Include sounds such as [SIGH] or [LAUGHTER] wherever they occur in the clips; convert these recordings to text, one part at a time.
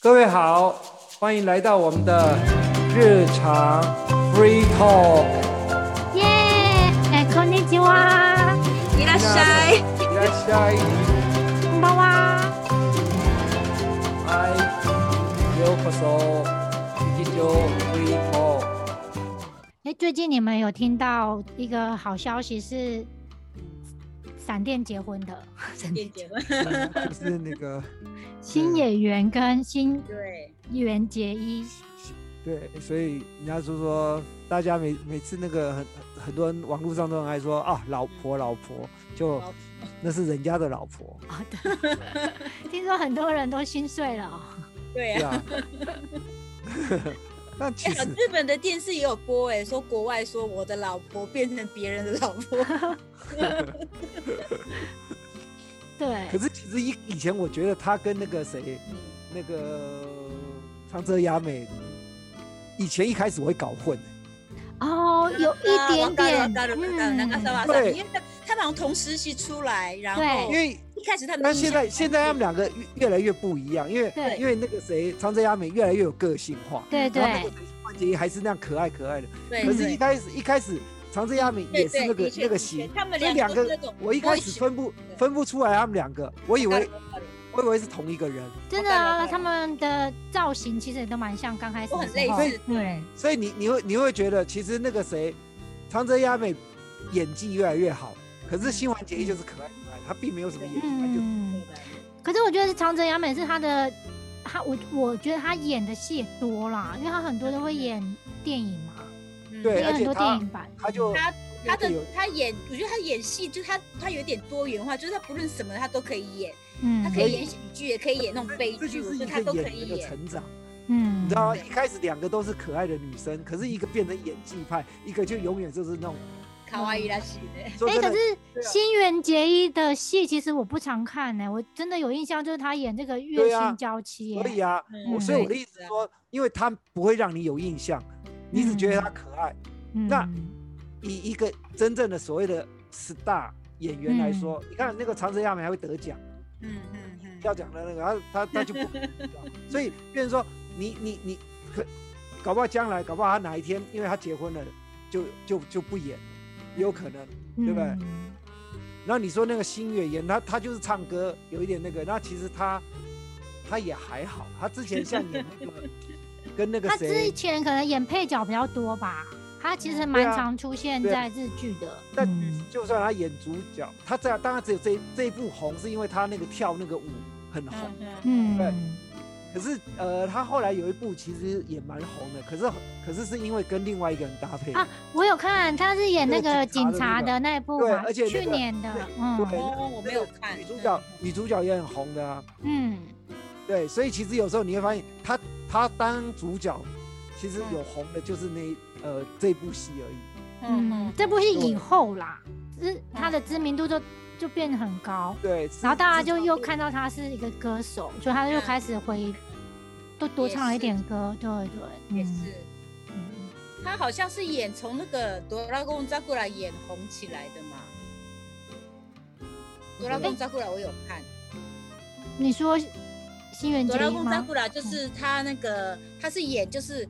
各位好，欢迎来到我们的日常 free talk。耶，哎，こんにちは，伊拉塞，いらっしゃい。こんばんは。嗨，ようこそ。一九 free talk。哎，最近你们有听到一个好消息是闪电结婚的，闪点点 [LAUGHS] 了。嗯就是那个新演员跟新对，垣结衣，对，所以人家就说，大家每每次那个很很多人网络上都很爱说啊，老婆老婆，就老婆那是人家的老婆，听说很多人都心碎了哦、对对啊。啊。但其哎实日本的电视也有播哎、说国外说我的老婆变成别人的老 [LAUGHS] 婆，对可，是其实以以前我觉得他跟那个谁，那个长泽雅美，以前一开始我会搞混、哦，有一点点，那个嗯，对因为他他们好像同时期出来，然对后因为一开始他们但印现象在现在他们两个越越来越不一样，因为对因为那个谁长泽雅美越来越有个性化，对然后那对个关节还是那样可爱可爱的，对可是一对开始一开始长泽雅美也是对那的个确那个的型确，他们这两两个都个是那种我一开始分不对分不出来他们两个，我以为我我以为是同一个人，真的啊，他们的造型其实也都蛮像刚开始都的很时类候似，对，所以你你会你会觉得其实那个谁长泽雅美演技越来越好，可嗯是新垣结衣就是可爱可爱，她并没有什么演技，她就嗯。可是我觉得长泽雅美是她的，她我我觉得她演的戏也多啦，因为她很多都会演电影嘛，嗯对啊演而且很多她电影版。她就嗯他他的有他演，我觉得他演戏就是他他有点多元化，就是他不论什么他都可以演，嗯，他可以演喜剧，也可以演那种悲哎这剧，就我是觉一得他个都可演以员的演。成长，嗯，你知道吗？一开始两个都是可爱的女生，可是一个变成演技派，一个就永远就是那种卡哇伊拉西的，说哎、真可的，是对啊新垣结衣的戏其实我不常看呢、我真的有印象，就是她演这个《月对啊薪娇妻、所以耶啊，嗯我所以我的意思是说，因为她不会让你有印象，你只觉得她可爱。嗯，那以一个真正的所谓的 star 演员来说，你看那个长泽雅美还会得奖。嗯嗯嗯要讲的那个，他他他就不所以变成说你你你可搞不好将来，搞不好他哪一天因为他结婚了，就就就不演，也有可能。对不对嗯然后你说那个新月言，他他就是唱歌有一点那个，那其实他他也还好，他之前像演那个跟那个她之谁，前可能演配角比较多吧，她其实对蛮啊常出现对在日剧的。但嗯就算他演主角，他这样当然只有这一这一部红，是因为他那个跳那个舞很红。嗯，对可是呃，他后来有一部其实也蛮红的，可是可是是因为跟另外一个人搭配的啊我有看，他是演那那个个警警察察的的那一部对嘛，而且那去个年的对，对嗯哦，我没有看嗯女主角，女主角也很红的啊。嗯，对，所以其实有时候你会发现，她她当主角，嗯其实有红的就是那一呃这部戏而已。嗯，这部戏以后啦，知他的知名度就就变得很高，对，然后大家就又看。看到他是嗯一个歌手，所以他就开始回多多唱了一点歌，对对，嗯也是，嗯他好像是演从那个《哆啦公扎过来》演红起来的嘛，《哆啦公扎过来》我有看，你说嗯新垣《结哆啦衣公扎吗？过来》就是他那个他是演就是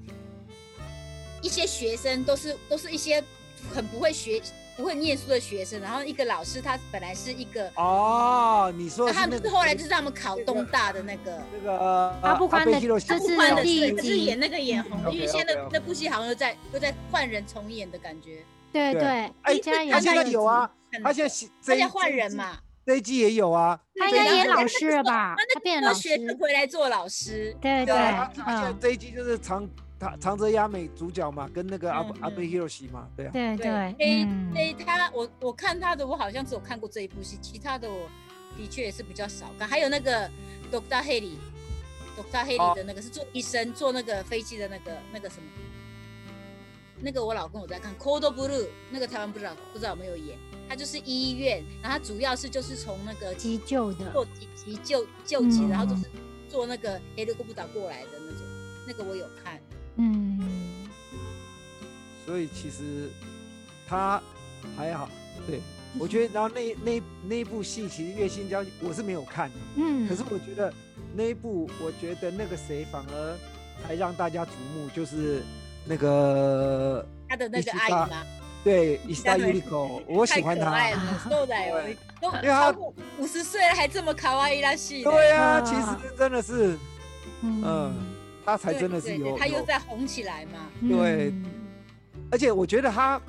一些学生都是都是一些很不会学不会念书的学生，然后一个老师他本来是一个，哦，你说那的是他那们个是后来就是让他们考东大的那个。那个呃阿布宽的阿贝希洛西这是不换的第一是就是集演那个眼红，嗯因为现在 OK，OK，OK 那部戏好像又在又在换人重演的感觉。对对对，哎一家他人现在有啊，看他现得在是出来，这他一在换这一人，季嘛，这一季也有啊。他应该演老师了吧那？他变那老个师，学生回来做老师。对对，啊他他现在嗯，这一季就是长长长泽雅美主角嘛，跟那个阿布嗯嗯阿贝希洛西嘛，对啊。对对对，，那嗯那他我我看他的，我好像只有看过这一部戏，其他的我的确也是比较少看。还有那个 Doctor Haley，Doctor 哦 Haley 的那个是做医生，做那个飞机的那个那个什么。那个我老公有在看《Code Blue》，那个台湾不知道不知道有没有演，他就是医院，然后他主要是就是从那个急救的，做急急救救急，嗯然后就是坐那个黑 e 哥布岛过来的那种，那个我有看。嗯。所以其实他还好，对，嗯我觉得，然后那那那一部戏其实《月薪娇妻》我是没有看的，嗯，可是我觉得那一部，我觉得那个谁反而才让大家瞩目，就是那个他的那个一起阿姨搭嘛，对伊斯达当然尤利口，我喜欢嗯太可爱他。了，豆奶我都因为他超过五十岁了还这么卡哇伊拉戏呢，对啊，嗯其实真的是嗯他才对真的对是对有，他又有在红起来嘛，对嗯而且我觉得他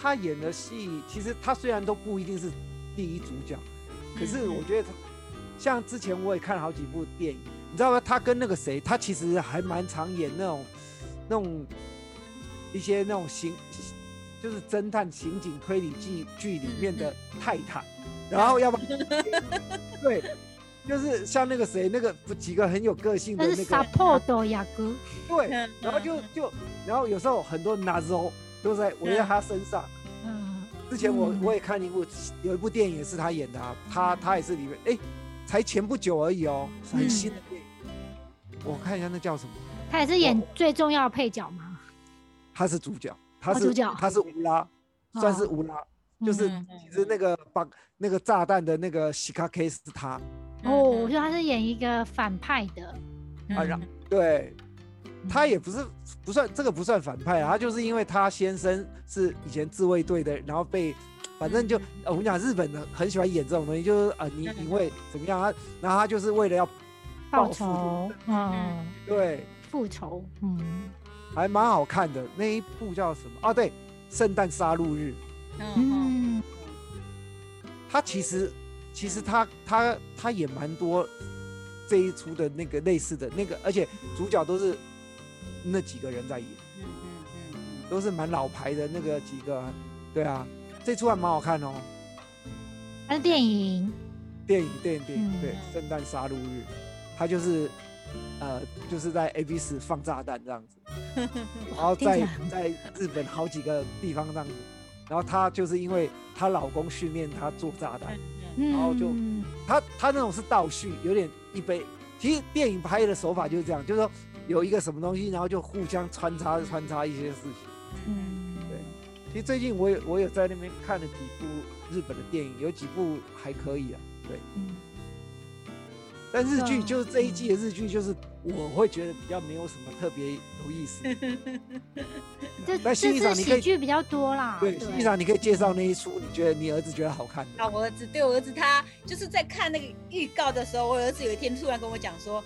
他演的戏，其实他虽然都不一定是第一主角，可是嗯嗯我觉得他像之前我也看了好几部电影，你知道吗？他跟那个谁，他其实还蛮常演那种那种一些那种刑，就是侦探刑警推理剧剧里面的太太，然后要不对，就是像那个谁，那个几个很有个性的那那是个 support 雅哥，对，嗯然后就就然后有时候很多 n a z o 都在围在他身上。嗯，之前我嗯我也看一部，有一部电影也是他演的、啊，他他也是里面，哎、才前不久而已哦，是很新的电影。嗯我看一下那叫什么，他也是演我最重要的配角嘛，他是主角，他哦是、主角他是乌拉，哦算是乌拉，就是嗯嗯其实那个把那个炸弹的那个西卡 K 是他，嗯哦，我觉得他是演一个反派的，啊然对。嗯他也不是不算这个不算反派啊，他就是因为他先生是以前自卫队的，然后被反正就嗯呃我跟你讲，日本人很喜欢演这种东西，就是呃你你会怎么样啊？然后他就是为了要报复仇，嗯，对，复仇，嗯还蛮好看的那一部叫什么？哦，对，《圣诞杀戮日》。嗯嗯嗯，他其实其实他他他也蛮多这一出的那个类似的那个，而且主角都是那几个人在演，嗯嗯嗯都是蛮老牌的那个几个，对啊，这出还蛮好看哦。他是电影，电影电影电影嗯对，《圣诞杀戮日》，他就是呃就是在 A B 室放炸弹这样 [LAUGHS] 子，然后听起在来很在日本好几个地方这样子，然后她就是因为她老公训练她做炸弹，嗯嗯，然后就她她那种是倒叙，有点一杯。其实电影拍的手法就是这样，就是说有一个什么东西，然后就互相穿插穿插一些事情。嗯，其实最近我有我有在那边看了几部日本的电影，有几部还可以啊，对。嗯但日剧嗯就是这一季的日剧，就是我会觉得比较没有什么特别有意思。这但这新一是场你可喜以剧比较多啦，对新一场你可以介绍那一出，你觉得你儿子觉得好看的，啊，我儿子对我儿子他就是在看那个预告的时候，我儿子有一天突然跟我讲说：“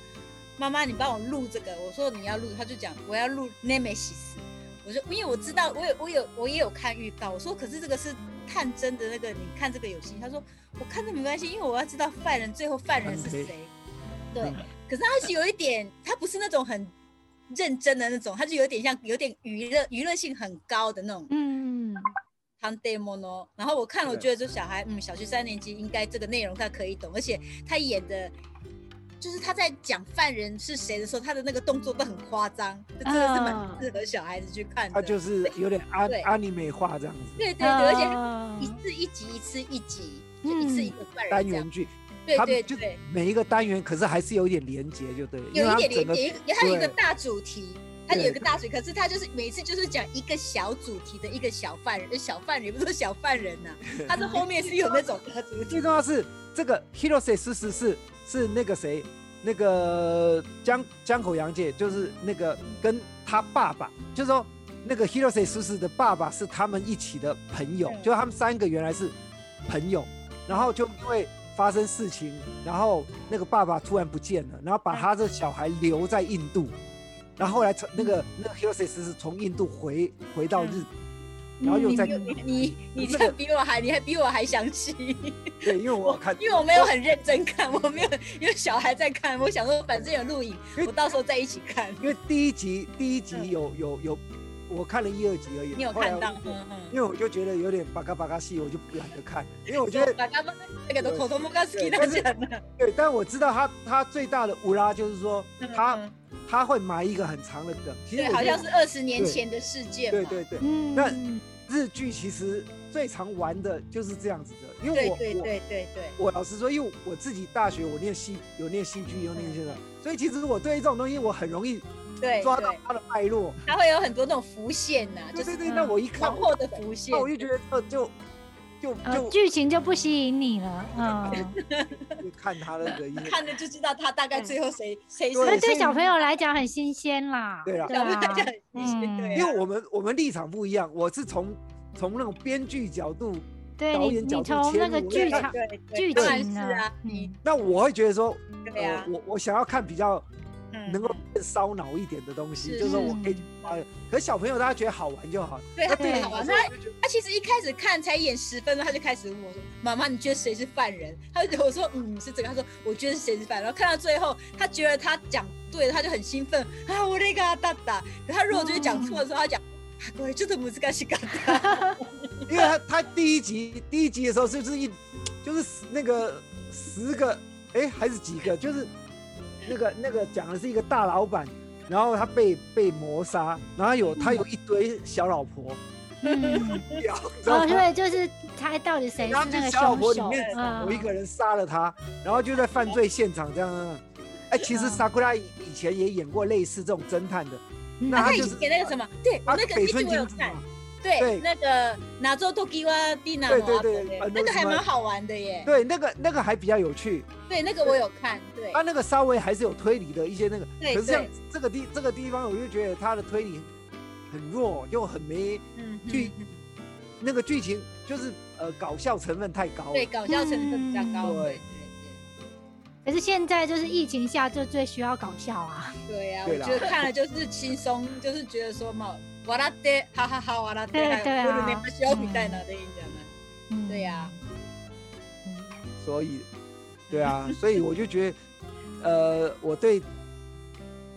妈妈，你帮我录这个。”我说：“你要录？”他就讲：“我要录 Nemesis。”我说：“因为我知道，我有我有我也有看预告。”我说：“可是这个是探针的那个，你看这个有戏。”他说：“我看这没关系，因为我要知道犯人最后犯人是谁。”对，嗯可是他是有一点，他不是那种很认真的那种，他就有点像有点娱乐娱乐性很高的那种。嗯，唐德莫诺，然后我看了，我对觉得这小孩，嗯，小学三年级应该这个内容他可以懂，而且他演的，就是他在讲犯人是谁的时候，他的那个动作都很夸张，这真的是啊蛮适合小孩子去看嗯的。他就是嗯有点安对安妮美化这样子，对对对，而且他一且次一集，一次一集，嗯就一次一个犯单人这元样。剧，对他对们就对，每一个单元可是还是有一点连结，就对了，因有为一它点整连个接，有他有一个对大主题。他有一对个大主题，可是他就是每次就是讲一个小主题的一个小犯人，就呃小犯人也不是说小犯人呐、他是后面是 [LAUGHS] 有那种大主题最。重要是这个 Hirose 是是是是那个谁，那个江江口洋介，就是那个跟他爸爸，就是说那个 Hirose 是是的爸爸是他们一起的朋友，对就他们三个原来是朋友，然后就因为发生事情，然后那个爸爸突然不见了，然后嗯把他这小孩留在印度，然后后来从那个那个 Hirose 是是从印度回回到日嗯嗯本，然后又在你你你这这个个比我还，你还比我还详细，对，因为 [LAUGHS] 我有看，因为我没有很认真看，我没有因为小孩在看，我想说反正有录影因为，我到时候再一起看。因为第一集第一集嗯有有有，我看了一二集而已。你有后来看到我？就嗯嗯。因为我就觉得有点巴嘎巴嘎戏，我就不懒得 [LAUGHS] 看。因为我觉得把他们那个都口头莫干斯基对他讲了，对，但我知道他他最大的乌拉就是说嗯他嗯他会埋一个很长的梗。其实对，我好觉得像是二十年前的事件对嘛。对对，嗯，那日剧其实最常玩的就是这样子的。因为对我对我对对对，我老实说，因为我自己大学我念戏有念戏嗯剧，有念现在，所以其实我对这种东西我很容易对抓到对它的脉络。他会有很多那种浮现呐，对对就是嗯对，那我一看往我后的浮现那。我就觉得这就就啊呃，就剧情就不吸引你了， [LAUGHS] 嗯。就看他那个音乐。 [LAUGHS] 看着就知道他大概最后谁谁嗯对所以谁对小朋友来讲很新鲜啦，啊对啦啊小朋友大家很明显嗯对啊，因为我们我们立场不一样，我是从从那种编剧角度，对导你演角你度从切那入个我剧也看 [LAUGHS] 场对对剧当然情是呢啊，，你嗯，那我会觉得说，对啊呃，，我我想要看比较嗯能够更烧脑一点的东西，是就是说是我可以去花。可是小朋友大家觉得好玩就好，对他那觉得对好我来玩，说他我就觉得他其实一开始看才演十分钟，他就开始问我说：“妈妈，你觉得谁是犯人？”他就我说：“嗯，是这个。”他说：“我觉得是谁是犯人。”然后看到最后，他觉得他讲对了，他就很兴奋啊，我那个啊大大。可他如果觉得讲错的时候，他讲。啊，これちょっと難しかった。因为他他第一集第一集的时候是不是一就是十那个十个哎还是几个就是那个那个讲的是一个大老板，然后他被被谋杀，然后有他有一堆小老婆， [LAUGHS] 嗯，你知道哦，吗？所以就是猜到底谁是然后那就个小老凶婆里手面，嗯，有一个人杀了他，然后就在犯罪现场这样。这样哎，其实嗯萨库拉以前也演过类似这种侦探的，[LAUGHS] 嗯那啊，他他以就是前那个什么，对，啊我那，个北剧村我有金子看嘛，，对对，那个哪周都给我蒂娜对对对那个还蛮好玩的耶。对，那个那个还比较有趣，对，那个我有看，对啊他那个稍微还是有推理的一些那个，对可是像对这个地这个地方，我就觉得他的推理很弱，又很没嗯，剧嗯，那个剧情，就是呃搞笑成分太高了对，。搞笑成分比较高，嗯对可是现在就是疫情下就最需要搞笑啊，对对对呀，我对啦觉得看了就是轻松，就是觉得说嘛，わらって哈哈哈笑って对对啊夜寝ましょうみたいなでいいんじゃない？ [LAUGHS] 嗯，对呀嗯，所以，对 [LAUGHS] 啊，所以我就觉得，呃，我对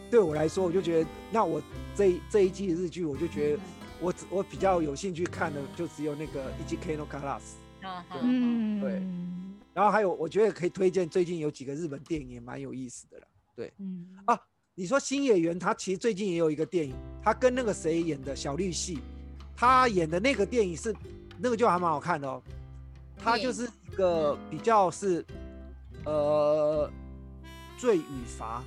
对我来说，我就觉得，那我这一这一季日剧，我就觉得我只我比较有兴趣看的，就只有那个《一季 Kano Class》，啊哈，嗯，对嗯，然后还有我觉得可以推荐，最近有几个日本电影也蛮有意思的啦。嗯，啊你说新演员，他其实最近也有一个电影，他跟那个谁演的小绿戏，他演的那个电影是那个就还蛮好看的哦。他就是一个比较是呃罪与罚，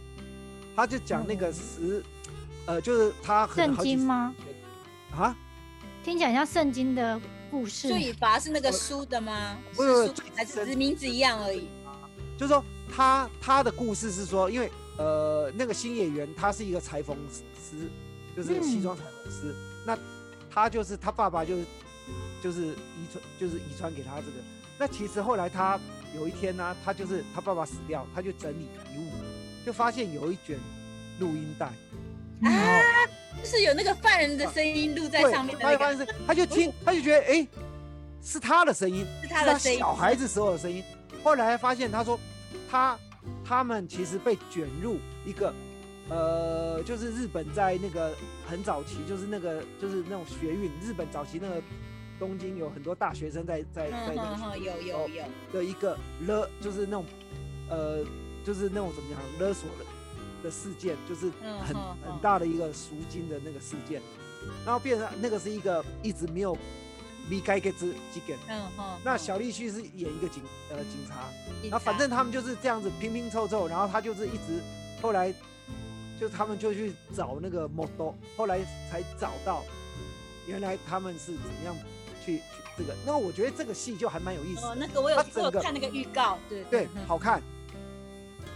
他就讲那个十、呃就是他可能圣好几经吗？啊听起来像圣经的故事，罪与罚是那个书的吗？不是是书最还是只是名字一样而已？就是说他他的故事是说，因为呃那个新演员他是一个裁缝师，就是西装裁缝师，那他就是他爸爸就是就是遗传就是遗传给他这个。那其实后来他有一天呢、他就是他爸爸死掉，他就整理遗物，就发现有一卷录音带，然嗯后就是有那个犯人的声音录在对，上面的他那就发个，现是，他就听，他就觉得哎、诶是他的声音，是他的声音小孩子时候的声音。后来发现，他说他他们其实被卷入一个呃，就是日本在那个很早期，就是那个就是那种学运，日本早期那个东京有很多大学生在在在嗯那个哼哼，有有有，的一个勒，就是那种呃，就是那种怎么讲勒索的的事件，就是嗯很嗯嗯很大的一个赎金的那个事件，然后变成那个是一个一直没有离开个之几个。嗯哼，那哼小栗旭是演一个警呃警察，警然后反察正他们就是这样子拼拼凑凑，然后他就是一直后来就他们就去找那个 model，后来才找到原来他们是怎么样去去这个。那我觉得这个戏就还蛮有意思的哦，那个我有他我整有个看那嗯个预告，对对，好看，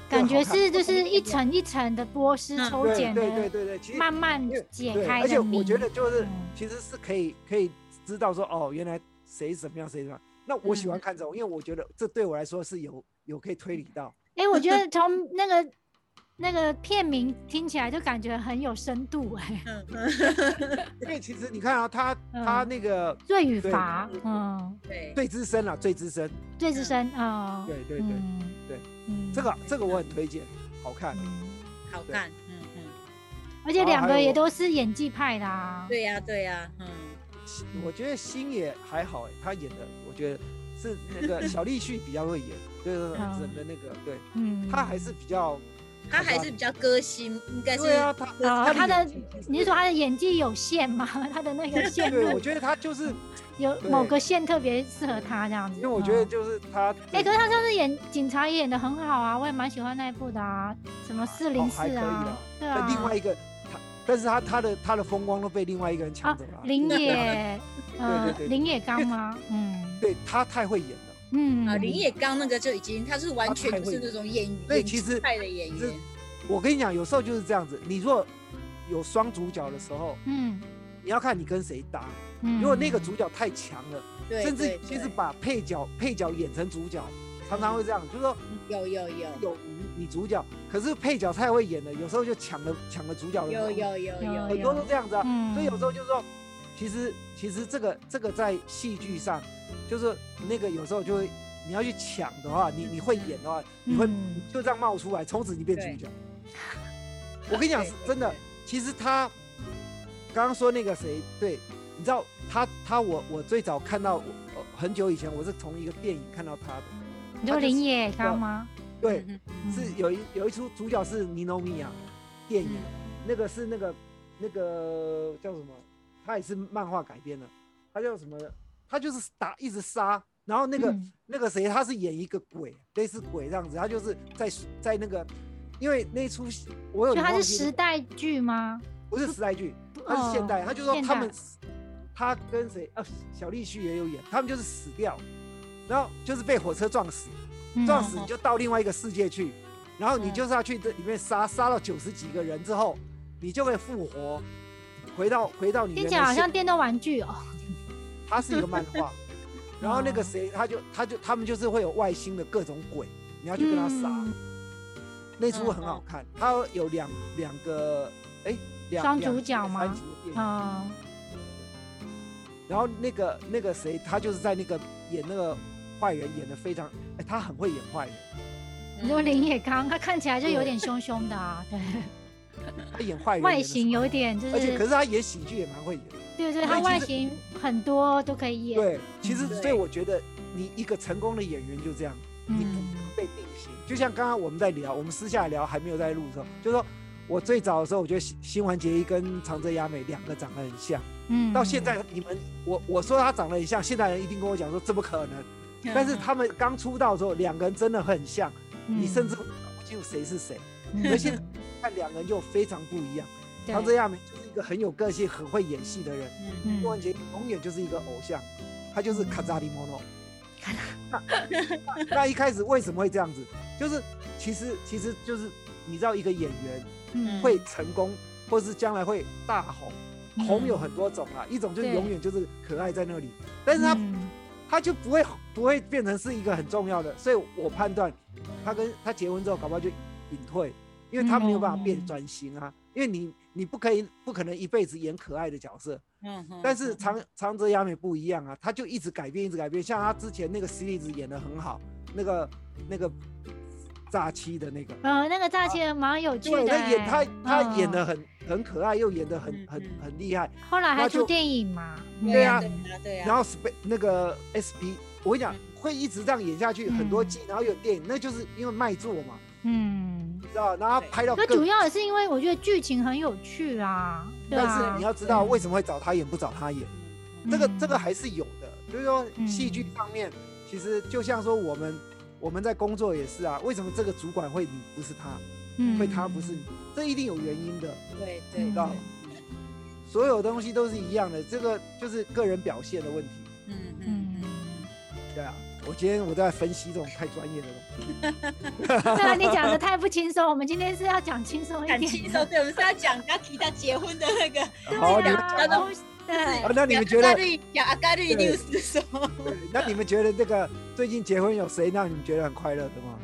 感觉对好看是就是一层一层的波斯嗯抽对检对对的，对对，其实慢慢因为解对，开而且的谜。我觉得就是嗯其实是可以可以知道说哦，原来谁怎么样谁怎么样。那我嗯喜欢看这种，因为我觉得这对我来说是有有可以推理到。哎、我 [LAUGHS] 觉得从那个那个片名听起来就感觉很有深度哎、嗯嗯，因为其实你看啊，他他嗯那个罪与对罚对，嗯，对，最资深了，最资深，罪之深啊，对对对嗯对，嗯这个这个我很推荐，好看。嗯好看，嗯嗯，而且然后两还个有也我都是演技派的啊，对呀对呀，嗯，我觉得星也还好哎，他演的我觉得是那个小栗旭比较会演， [LAUGHS] 就是嗯整个那个对嗯，他还是比较他还是比较歌星，应该是对啊，他呃他的演技其实你是说他的演技有限吗？ [LAUGHS] 他的那个 [LAUGHS] 线对，我路觉得他就是有对某个线特别适合他这样子，因为我觉得嗯就是他哎、可是他上次演警察也演的很好啊，我也蛮喜欢那一部的啊，什么四零哦还可四以啊，啦对那啊，另外一个，他但是他他的他的风光都被另外一个人抢 [LAUGHS] 啊走了，。林野，呃对对，对林野刚吗？嗯对他太会演了。嗯，啊，林野刚那个就已经，他是完全不是那种演所以演其实技派的演这员，我跟你讲，有时候就是这样子，你若有双主角的时候，嗯你要看你跟谁搭。嗯，如果那个主角太强了，对，甚至对其实对把配角配角演成主角，常常会这样，就是说有有有有你主角，可是配角太会演了，有时候就抢了抢了主角的有人物，有有有有很多都这样子啊。嗯，所以有时候就是说，其实其实这个这个在戏剧上，就是那个有时候就会你要去抢的话，你你会演的话，你会嗯就这样冒出来，从此你变主角。 [LAUGHS] 我跟你讲是对对真的对，其实他刚刚说那个谁，对，你知道他他我我最早看到我呃很久以前，我是从一个电影看到他的，你说林野刚吗？对，嗯嗯是有一有一出主角是尼诺米亚电影，那个是那个那个叫什么？他也是漫画改编的，他叫什么？他就是打一直杀，然后那个、嗯那个谁，他是演一个鬼，类似鬼这样子，他就是在在那个，因为那出戏我有所以点它忘是记了，时代剧吗？不是时代剧，他是现代，他就说现他们代死，他跟谁啊？小栗旭也有演，他们就是死掉，然后就是被火车撞死，嗯撞死你就到另外一个世界去，然后你就是要去这里面杀杀到九十几个人之后，你就会复活，回到回到你听原起来好来像现。电动玩具哦。它是一个漫 [LAUGHS] 画，然后那个谁他就他就他们就是会有外星的各种鬼，你要去跟他杀。嗯那出很好看，它有两两个哎两双两主角吗三集的电影哦，然后那个那个谁，他就是在那个演那个坏人演的非常，哎，他很会演坏人，嗯你说林野刚，他看起来就有点凶凶的啊，对，他演坏人 [LAUGHS] 外演得形什么有点就而且可是，是他演喜剧也蛮会演的。对对，所以他其外实形很多都可以演，对，其实对所以我觉得你一个成功的演员就这样，你不嗯被定型。就像刚刚我们在聊，我们私下聊还没有在录的时候，就是说我最早的时候，我觉得新新垣结衣跟长泽雅美两个长得很像，嗯到现，在你们我我说她长得很像，现代人一定跟我讲说怎么可能？嗯但是他们刚出道的时候，两个人真的很像，嗯你甚至搞不清楚谁是谁。而且看两个人就非常不一样。长泽样，雅美就是一个很有个性、很会演戏的人，嗯嗯莫文杰永远就是一个偶像，他就是卡扎里莫诺。那 [LAUGHS] 那一开始为什么会这样子？就是其实其实就是你知道一个演员嗯会成功，或是将来会大红，红嗯有很多种啊，一种就是对永远就是可爱在那里，但是他嗯他就不会不会变成是一个很重要的，所以我判断他跟他结婚之后，搞不好就隐退，因为他没有办法变嗯转型啊，因为你你不可以不可能一辈子演可爱的角色，嗯嗯但是长长泽雅美不一样啊，她就一直改变，一直改变，像她之前那个 series 演的很好，那个那个炸欺的那个，呃，那个大切蛮有趣啊对，的那欸，演她她演的嗯，很很可爱，又演的很嗯很嗯很厉害，后来还那出就电影嘛，嗯对啊对啊对然啊，后 sp 那个 SP，我跟你讲嗯，会一直这样演下去，很多嗯季，然后有电影，那就是因为卖座嘛，嗯，你知道，然后对拍到那主更。要也是因为我觉得剧情很有趣啊，对但啊，是你要知道嗯为什么会找他演，不找他演，嗯这个嗯这个还是有的。就是说嗯戏剧上面，其实就像说我们我们在工作也是啊，为什么这个主管会你不是他，嗯会他不是你，这一定有原因的。对对到对所有东西都是一样的，这个就是个人表现的问题。嗯嗯嗯，对啊，我今天我在分析这种太专业的东西。对啊，你讲的太不轻松，我们今天是要讲轻松一很点轻松，的，对，我们是要讲他提他结婚的那个，好，你对们啊讲吧都是对好，啊那你们觉得？讲阿咖喱 news 的时候，啊对，那你们觉得这个最近结婚有谁让你们觉得很快乐的吗？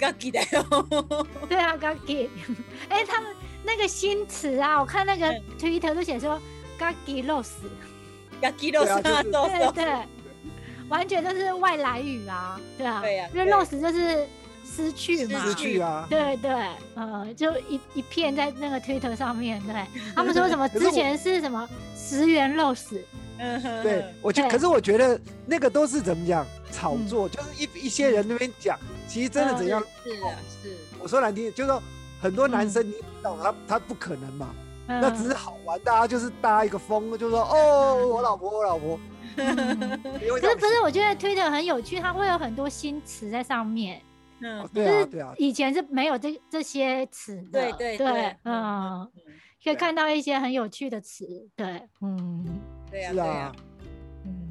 阿基的哦，对啊，刚 [LAUGHS] 给，哎，他们那个新词啊，我看那个嗯 Twitter 都写说 “gaggy loss”，阿基都是啊阿多对多，对，完全都是外来语啊，对啊，对啊因为对 loss 就是失去嘛，失去啊，对对，呃，就一一片在那个 Twitter 上面， [LAUGHS] 对他们说什么可是之我前是什么十元肉食，嗯哼对，我觉，对可是我觉得那个都是怎么讲炒作，就是一一些人那边讲，其实真的嗯怎样？是啊是，我说难听点，就是说很多男生你也知道他他不可能嘛，嗯那只是好玩，大家就是搭一个风，就说哦，我老婆我老婆， [LAUGHS] 嗯因为可是不是？我觉得 Twitter 很有趣，它会有很多新词在上面，嗯对啊对啊，以前是没有这这些词的。对对对，嗯，，可以对啊看到一些很有趣的词。对，嗯对呀、是对啊呀、，嗯，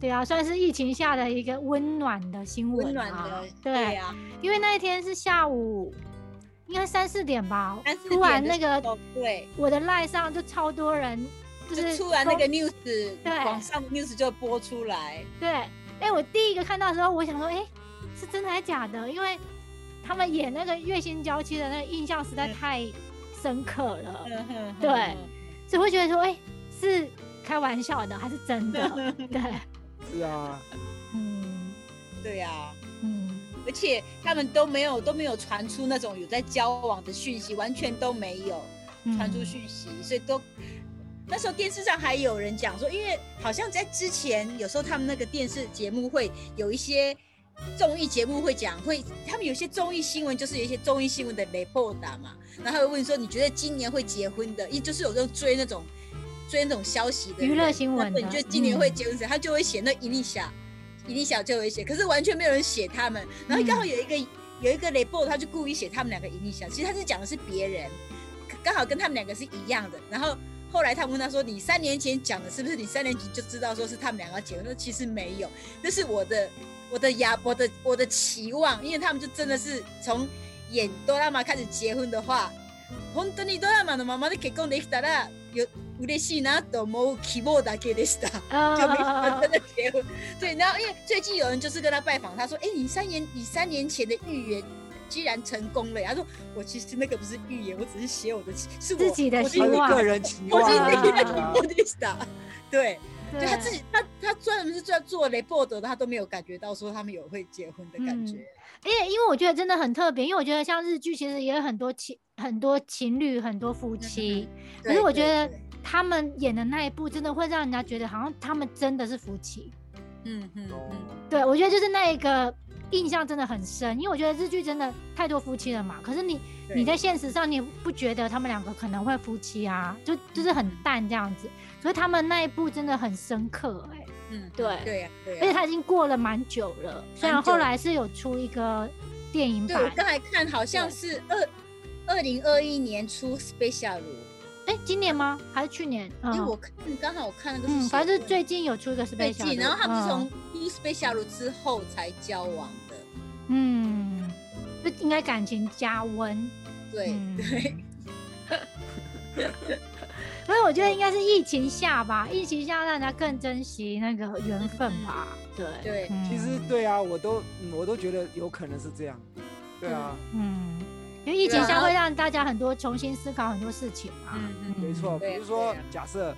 对啊，算是疫情下的一个温暖的新闻、啊，温暖的，啊对啊呀、因为那一天是下午，应该三四点吧三四，突然那点的个哦对，我的赖上就超多人，就就是突然都那个 news 对网上的 news 就播出来，对，哎、我第一个看到的时候，我想说，哎、是真的还假的？因为他们演那个月薪娇妻的那个印象实在嗯太深刻了，哼哼哼嗯对哼所以会觉得说，哎、是开玩笑的还是真 [LAUGHS] 的？对，是啊，嗯对呀、嗯，而且他们都没有都没有传出那种有在交往的讯息，完全都没有传出嗯，讯息，所以都那时候电视上还有人讲说，因为好像在之前有时候他们那个电视节目会有一些综艺节目会讲会，他们有些综艺新闻就是有一些综艺新闻的 report 嘛，然后他会问说你觉得今年会结婚的，也就是有这种追那种追那种消息的娱乐人新闻那你的觉得今年会嗯结婚谁？他就会写那一粒霞，一粒霞就会写，可是完全没有人写他们。然后刚好有一个、有一个雷波，他就故意写他们两个一粒霞，其实他是讲的是别人，刚好跟他们两个是一样的。然后后来他问他说：“你三年前讲的是不是？你三年前就知道说是他们两个要结婚？”他说：“其实没有，那是我的我的呀，我的我的期望，因为他们就真的是从演哆啦 A 开始结婚的话。”本当にドラマのままで結婚できたらよ嬉しいなと思う希望だけでした。 [LAUGHS] 就没想到呃真，的结婚。对，然后因为最近有人就是跟他拜访，他说：“哎、你三年，你三年前的预言居然成功了耶。”他说：“我其实那个不是预言，我只是写我的，是我自己的我希他望是个人期我望自己哇的 [LAUGHS] 希啊，望的想法对， [LAUGHS] 对就他自己，他他专门是在做雷波德，他都没有感觉到说他们有会结婚的嗯感觉。因为因为我觉得真的很特别，因为我觉得像日剧其实也有很多情很多情侣很多夫嗯妻，可对是我觉对得对他们演的那一部真的会让人家觉得好像他们真的是夫妻。嗯嗯嗯，哦对我觉得就是那一个印象真的很深，因为我觉得日剧真的太多夫妻了嘛。可是你对你在现实上你不觉得他们两个可能会夫妻啊，就嗯就是很淡这样子。所以他们那一部真的很深刻哎、嗯，对对呀对呀而且他已经过了蛮久了，虽然蛮久后来是有出一个电影对我版，刚才看好像对是二二零二一年出 special，哎、今年吗？还是去年？因为嗯我看刚好我看那个嗯，是反正写是最近有出一个最 special，近，的然后他们是嗯从 U special 之后才交往的，嗯，就应该感情加温。对嗯对， [LAUGHS] 所以我觉得应该是疫情下吧，疫情下让人家更珍惜那个缘分吧。对对嗯其实对啊，我都嗯我都觉得有可能是这样，对啊，嗯，因为疫情对啊下会让大家很多重新思考很多事情嘛。嗯嗯没错，比嗯对啊如说对啊假设，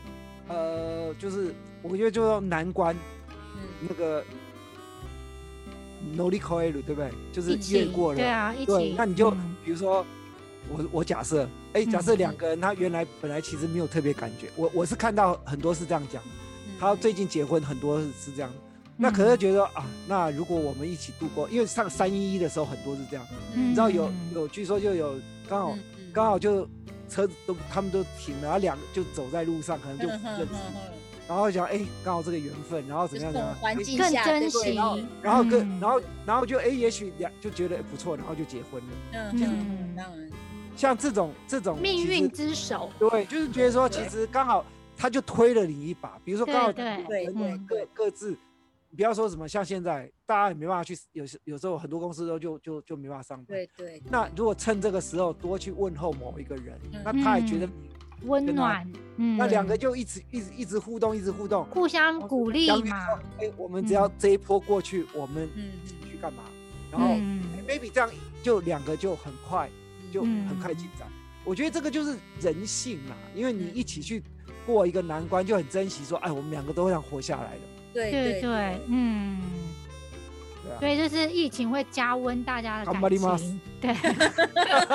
呃，就是我觉得就用难关嗯，那个 n o l i k o e l 对不对？就是一起越过了，对啊，一对起，那你就嗯比如说，我我假设，哎，假设两个人他原来本来其实没有特别感觉，我我是看到很多是这样讲，嗯他最近结婚很多是这样，那嗯可是觉得啊，那如果我们一起度过，因为上三一一的时候很多是这样，你嗯知道有有据说就有刚好嗯刚好就车子都他们都停了，然后两个就走在路上，可能就嗯就认识，然后想哎刚好这个缘分，然后怎嗯就么是样怎么这种样，环哎境更下珍对不对惜然后。然后跟嗯然后然后就哎也许两就觉得哎不错，然后就结婚了。嗯嗯嗯，当然，像这种这种命其实运之手。对，就是觉得说其对实刚好他就推了你一把，比如说对刚好对两个对人对嗯各各自，你不要说什么像现在大家也没办法去，有时有时候很多公司都就就就没办法上班。对对，那如果趁这个时候多去问候某一个人，嗯那他也觉得你，温跟他暖，嗯，那两个就一直一直一直互动，一直互动，互相鼓励相约嘛，说哎，我们只要这一波过去，我们嗯一起去干嘛？然后哎嗯 maybe 这样就两个就很快就嗯很快进展。我觉得这个就是人性啦，因为你嗯一起去过一个难关，就很珍惜说，哎，我们两个都这样活下来了。对对对，嗯对啊。所以就是疫情会加温大家的頑感張りま情 [LAUGHS] す，对。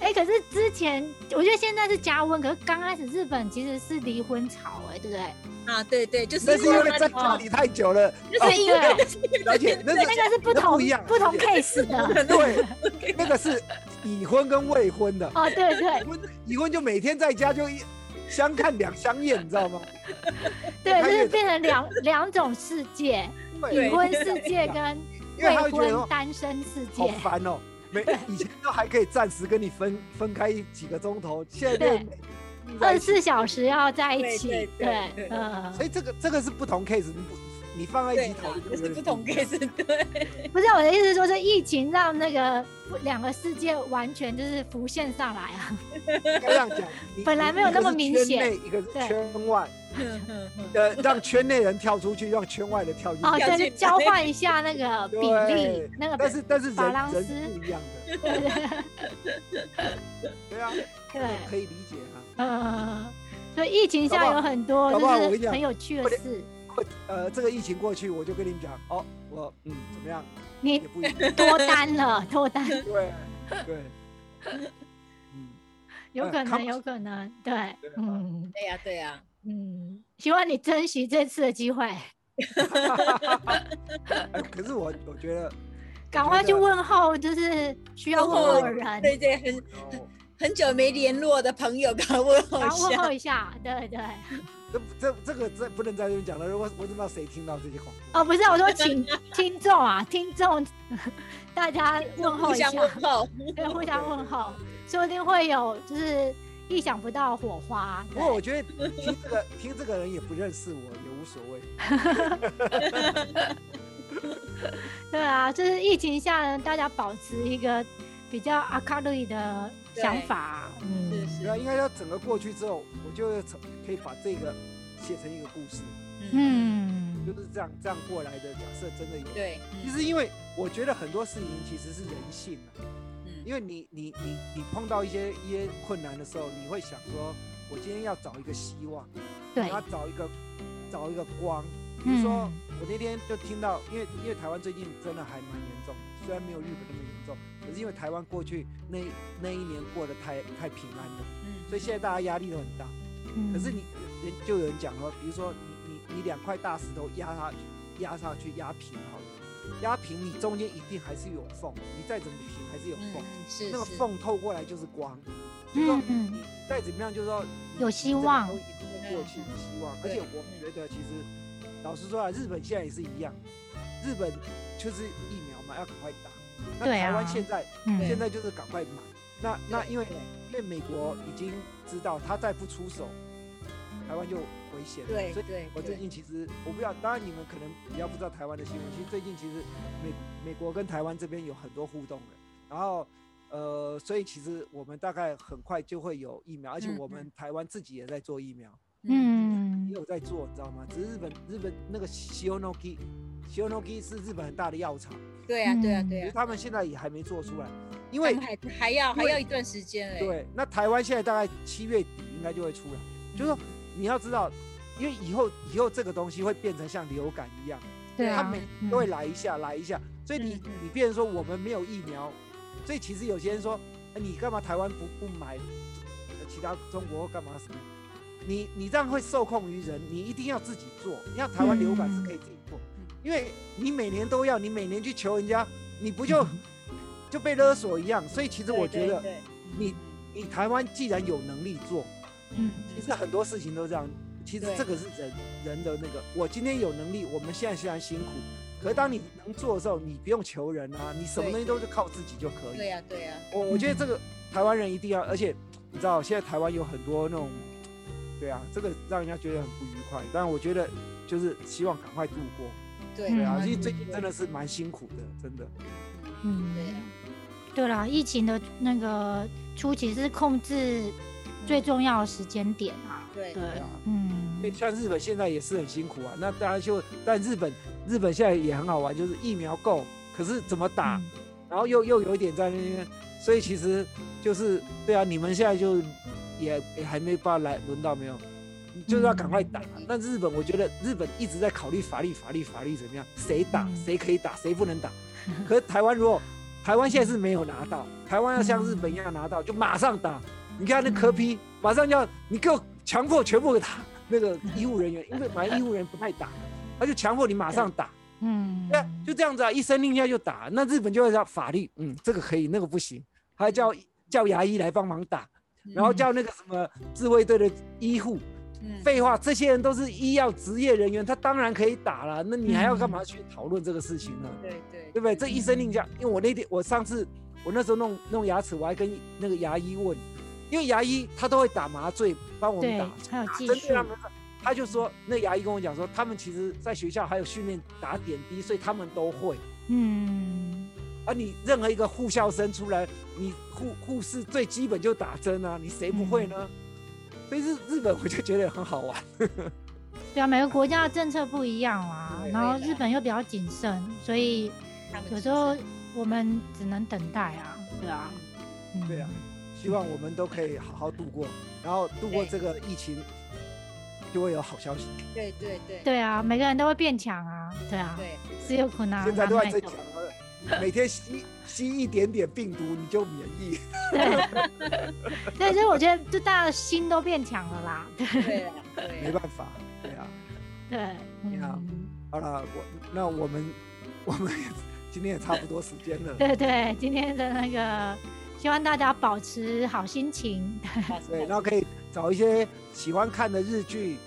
哎、可是之前我觉得现在是加温，可是刚开始日本其实是离婚潮、哎，对不对？啊，对对，就是那是因为在那家里太久了，哦 [LAUGHS] 那是因为哦对 [LAUGHS] 了解那那个是不那同不一样不 [LAUGHS] 同是 case 的，对，那个是 [LAUGHS] 已婚跟未婚的，哦，对对已婚已婚就每天在家就一相看两相厌，你知道吗？对，他就也是变成两两种世界，对已 [LAUGHS] 对婚世界跟因为他会未觉得婚说单身世好界，烦哦，每以前都还可以暂时跟你分分开几个钟头，现在对就另外二一起十四小时要在一对起对，对对对，嗯，所以这个这个是不同 case，你不你放在一对起啦讨论，就有这是点不同不一样 case，对。不是我的意思，说是疫情让那个两个世界完全就是浮现上来啊，应该这样 [LAUGHS] 讲，你本来你没有一那个么是明圈显内一个是对圈外，嗯对 [LAUGHS] 呃，让圈内人跳出去，让圈外的跳进哦，去。对，就交换一下那个比例对，那个但是但是法人郎人斯是不一样的，对对对啊， [LAUGHS] 对，可以理解啊。 [LAUGHS] 嗯，所以疫情搞不下好有很多搞不好我就跟你是讲很有趣的事，过呃，这个疫情过去，我就跟你们讲，哦，我嗯怎么样你也不哎一定，脱 [LAUGHS] 单了，脱单， [LAUGHS] 对对，嗯，有嗯可康能，有可能，对对啊，嗯。呀，对呀，嗯，希望你珍惜这次的机会，哎，可是我我觉得赶快去问候，就是需要问候的人，对对，很哦很久没联络的朋友，搞问赶快好问笑。候一下，对对。这这这个这不能在这边讲了，如果我怎么知道谁听到这些话？哦，不是，我说 [LAUGHS] 请听众啊，听众， [LAUGHS] 大家问候互一下相，问候，对，互相问候，说不定会有就是意想不到的火花。不对过我觉得听这个 [LAUGHS] 听这个人也不认识我也无所谓，对啊，就是疫情下呢，大家保持一个比较阿卡路里的想法，是嗯，是对啊，应该要整个过去之后，我就成可以把这个写成一个故事，嗯，就是这样这样过来的。假设真的有，对，其嗯实因为我觉得很多事情其实是人性啊，嗯因为你你你你碰到一些一些困难的时候，你会想说，我今天要找一个希望，对然，后找一个找一个光。比如说嗯，我那天就听到，因为因为台湾最近真的还蛮严重，虽然没有日本那么严重，可是因为台湾过去那那一年过得太太平安了，嗯所以现在大家压力都很大。嗯可是你人就有人讲说，比如说你你你两块大石头压下去，压下去压平好了，压平你中间一定还是有缝，你再怎么平还是有嗯缝，是那个是缝透过来就是光，就是说嗯嗯你再怎么样，就是说你有希望你这个东西一定会过去嗯有嗯希望。而对且我觉得其嗯实老实说啊，日本现在也是一样，日本就是疫苗嘛要赶快打，那对啊台湾现在嗯现在就是赶快买，那那因为对因为美国已经知道，他再不出手，台湾就危险了。对所以对我最近其实我不知道，当然你们可能比较不知道台湾的新闻，其实最近其实美美国跟台湾这边有很多互动的，然后呃，所以其实我们大概很快就会有疫苗，而且嗯我们台湾自己也在做疫苗，也嗯有在做，你知道吗？只是日本日本那个 Shionogi。Shionogi 是日本很大的药厂，对啊对啊嗯对其实啊，他们现在也还没做出来，因他为们还还要还因为要一段时间嘞，对，那台湾现在大概七月底应该就会出来，就是嗯说你要知道，因为以后以后这个东西会变成像流感一样，对它啊，每嗯都会来一下来一下，所以你嗯嗯你变成说我们没有疫苗，所以其实有些人说，哎你干嘛台湾不不买，呃其他中国干嘛什么？你你这样会受控于人，你一定要自己做。你像台湾流感是可以自己做，嗯因为你每年都要，你每年去求人家，你不 [LAUGHS] 就就被勒索一样？所以其实对，我觉对得。对你你台湾既然有能力做，嗯其实很多事情都这样。其实对这个是人人的那个，我今天有能力，我们现在虽然辛苦，可是当你能做的时候，你不用求人啊，你什么对东西都是靠自己就可对以。呀对呀，我我觉得这个台湾人一定要，而且你知道现在台湾有很多那种，对啊，这个让人家觉得很不愉快。但我觉得就是希望赶快度过，对对啊，嗯因为最近真的是蛮辛苦的，真的。嗯对啊对啦，疫情的那个初期是控制最重要的时间点啊。对对对啊，嗯因为，像日本现在也是很辛苦啊，那当然就但日本日本现在也很好玩，就是疫苗够，可是怎么打，嗯然后又又有一点在那边，所以其实就是对啊，你们现在就也也还没办法来轮到没有，你就是要赶快打。那日本我觉得日本一直在考虑法律法律法律怎么样，谁打嗯谁可以打，谁不能打。可是台湾如果台湾现在是没有拿到，台湾要像日本一样拿到，就马上打。你看那科批，马上要你给我强迫全部给他那个医务人员，因为本来医务人员不太打，他就强迫你马上打。嗯，对啊，就这样子啊，一声令下就打。那日本就会叫法律，嗯，这个可以，那个不行，还叫叫牙医来帮忙打，然后叫那个什么自卫队的医护。嗯废话，这些人都是医药职业人员，他当然可以打了。那你还要干嘛去讨论这个事情呢？对对对不对？这一声令下，因为我那天我上次我那时候弄弄牙齿，我还跟那个牙医问，因为牙医他都会打麻醉帮我们对打，，还有技针术对，他们的。他就说，那牙医跟我讲说，他们其实在学校还有训练打点滴，所以他们都会。嗯，而啊你任何一个护校生出来，你护护士最基本就打针啊，你谁不会呢？嗯所以日日本我就觉得很好玩。对啊，每个国家的政策不一样啊，对然后对日本又比较谨慎，所以他们有其时实候我们只能等待啊，对啊，嗯对啊，希望我们都可以好好度过，然后度过这对个疫情，就会有好消息。对对对对啊，每个人都会变强啊，对啊，对，只有啊苦难，现在都在增强了，每天吸吸一点点病毒，你就免 [LAUGHS] 疫。 [LAUGHS] 对，对，所以我觉得就大家的心都变强了啦，对对啊对没啊，办法，对啊。对，好嗯，好了，我那我们 [LAUGHS] 我们也今天也差不多时间了。对对，今天的那个希望大家保持好心情，对，然后可以找一些喜欢看的日剧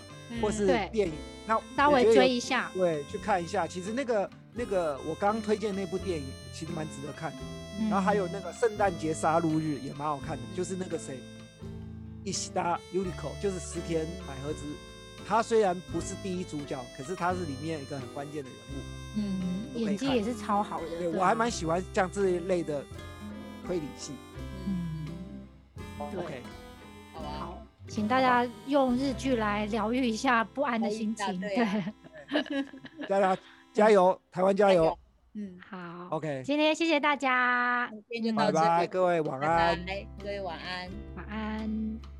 或是嗯对电影，那稍我微觉得有追一下，对去看一下。其实那个那个我刚推荐那部电影其实蛮值得看的，嗯然后还有那个圣诞节杀戮日也蛮好看的，就是那个谁，一西达 Unico，就是石田百合子。他虽然不是第一主角，可是他是里面一个很关键的人物。嗯都可以演技看也是超好的，对我还蛮喜欢像这一类的推理戏。嗯，哦对 OK，好啊，好，请大家用日剧来疗愈一下不安的疗愈一心下情，对啊对，大家加油，台湾加油。嗯，好 OK，今天谢谢大家，今天就拜到这拜，里，各位晚安。拜拜，各位晚安。晚安。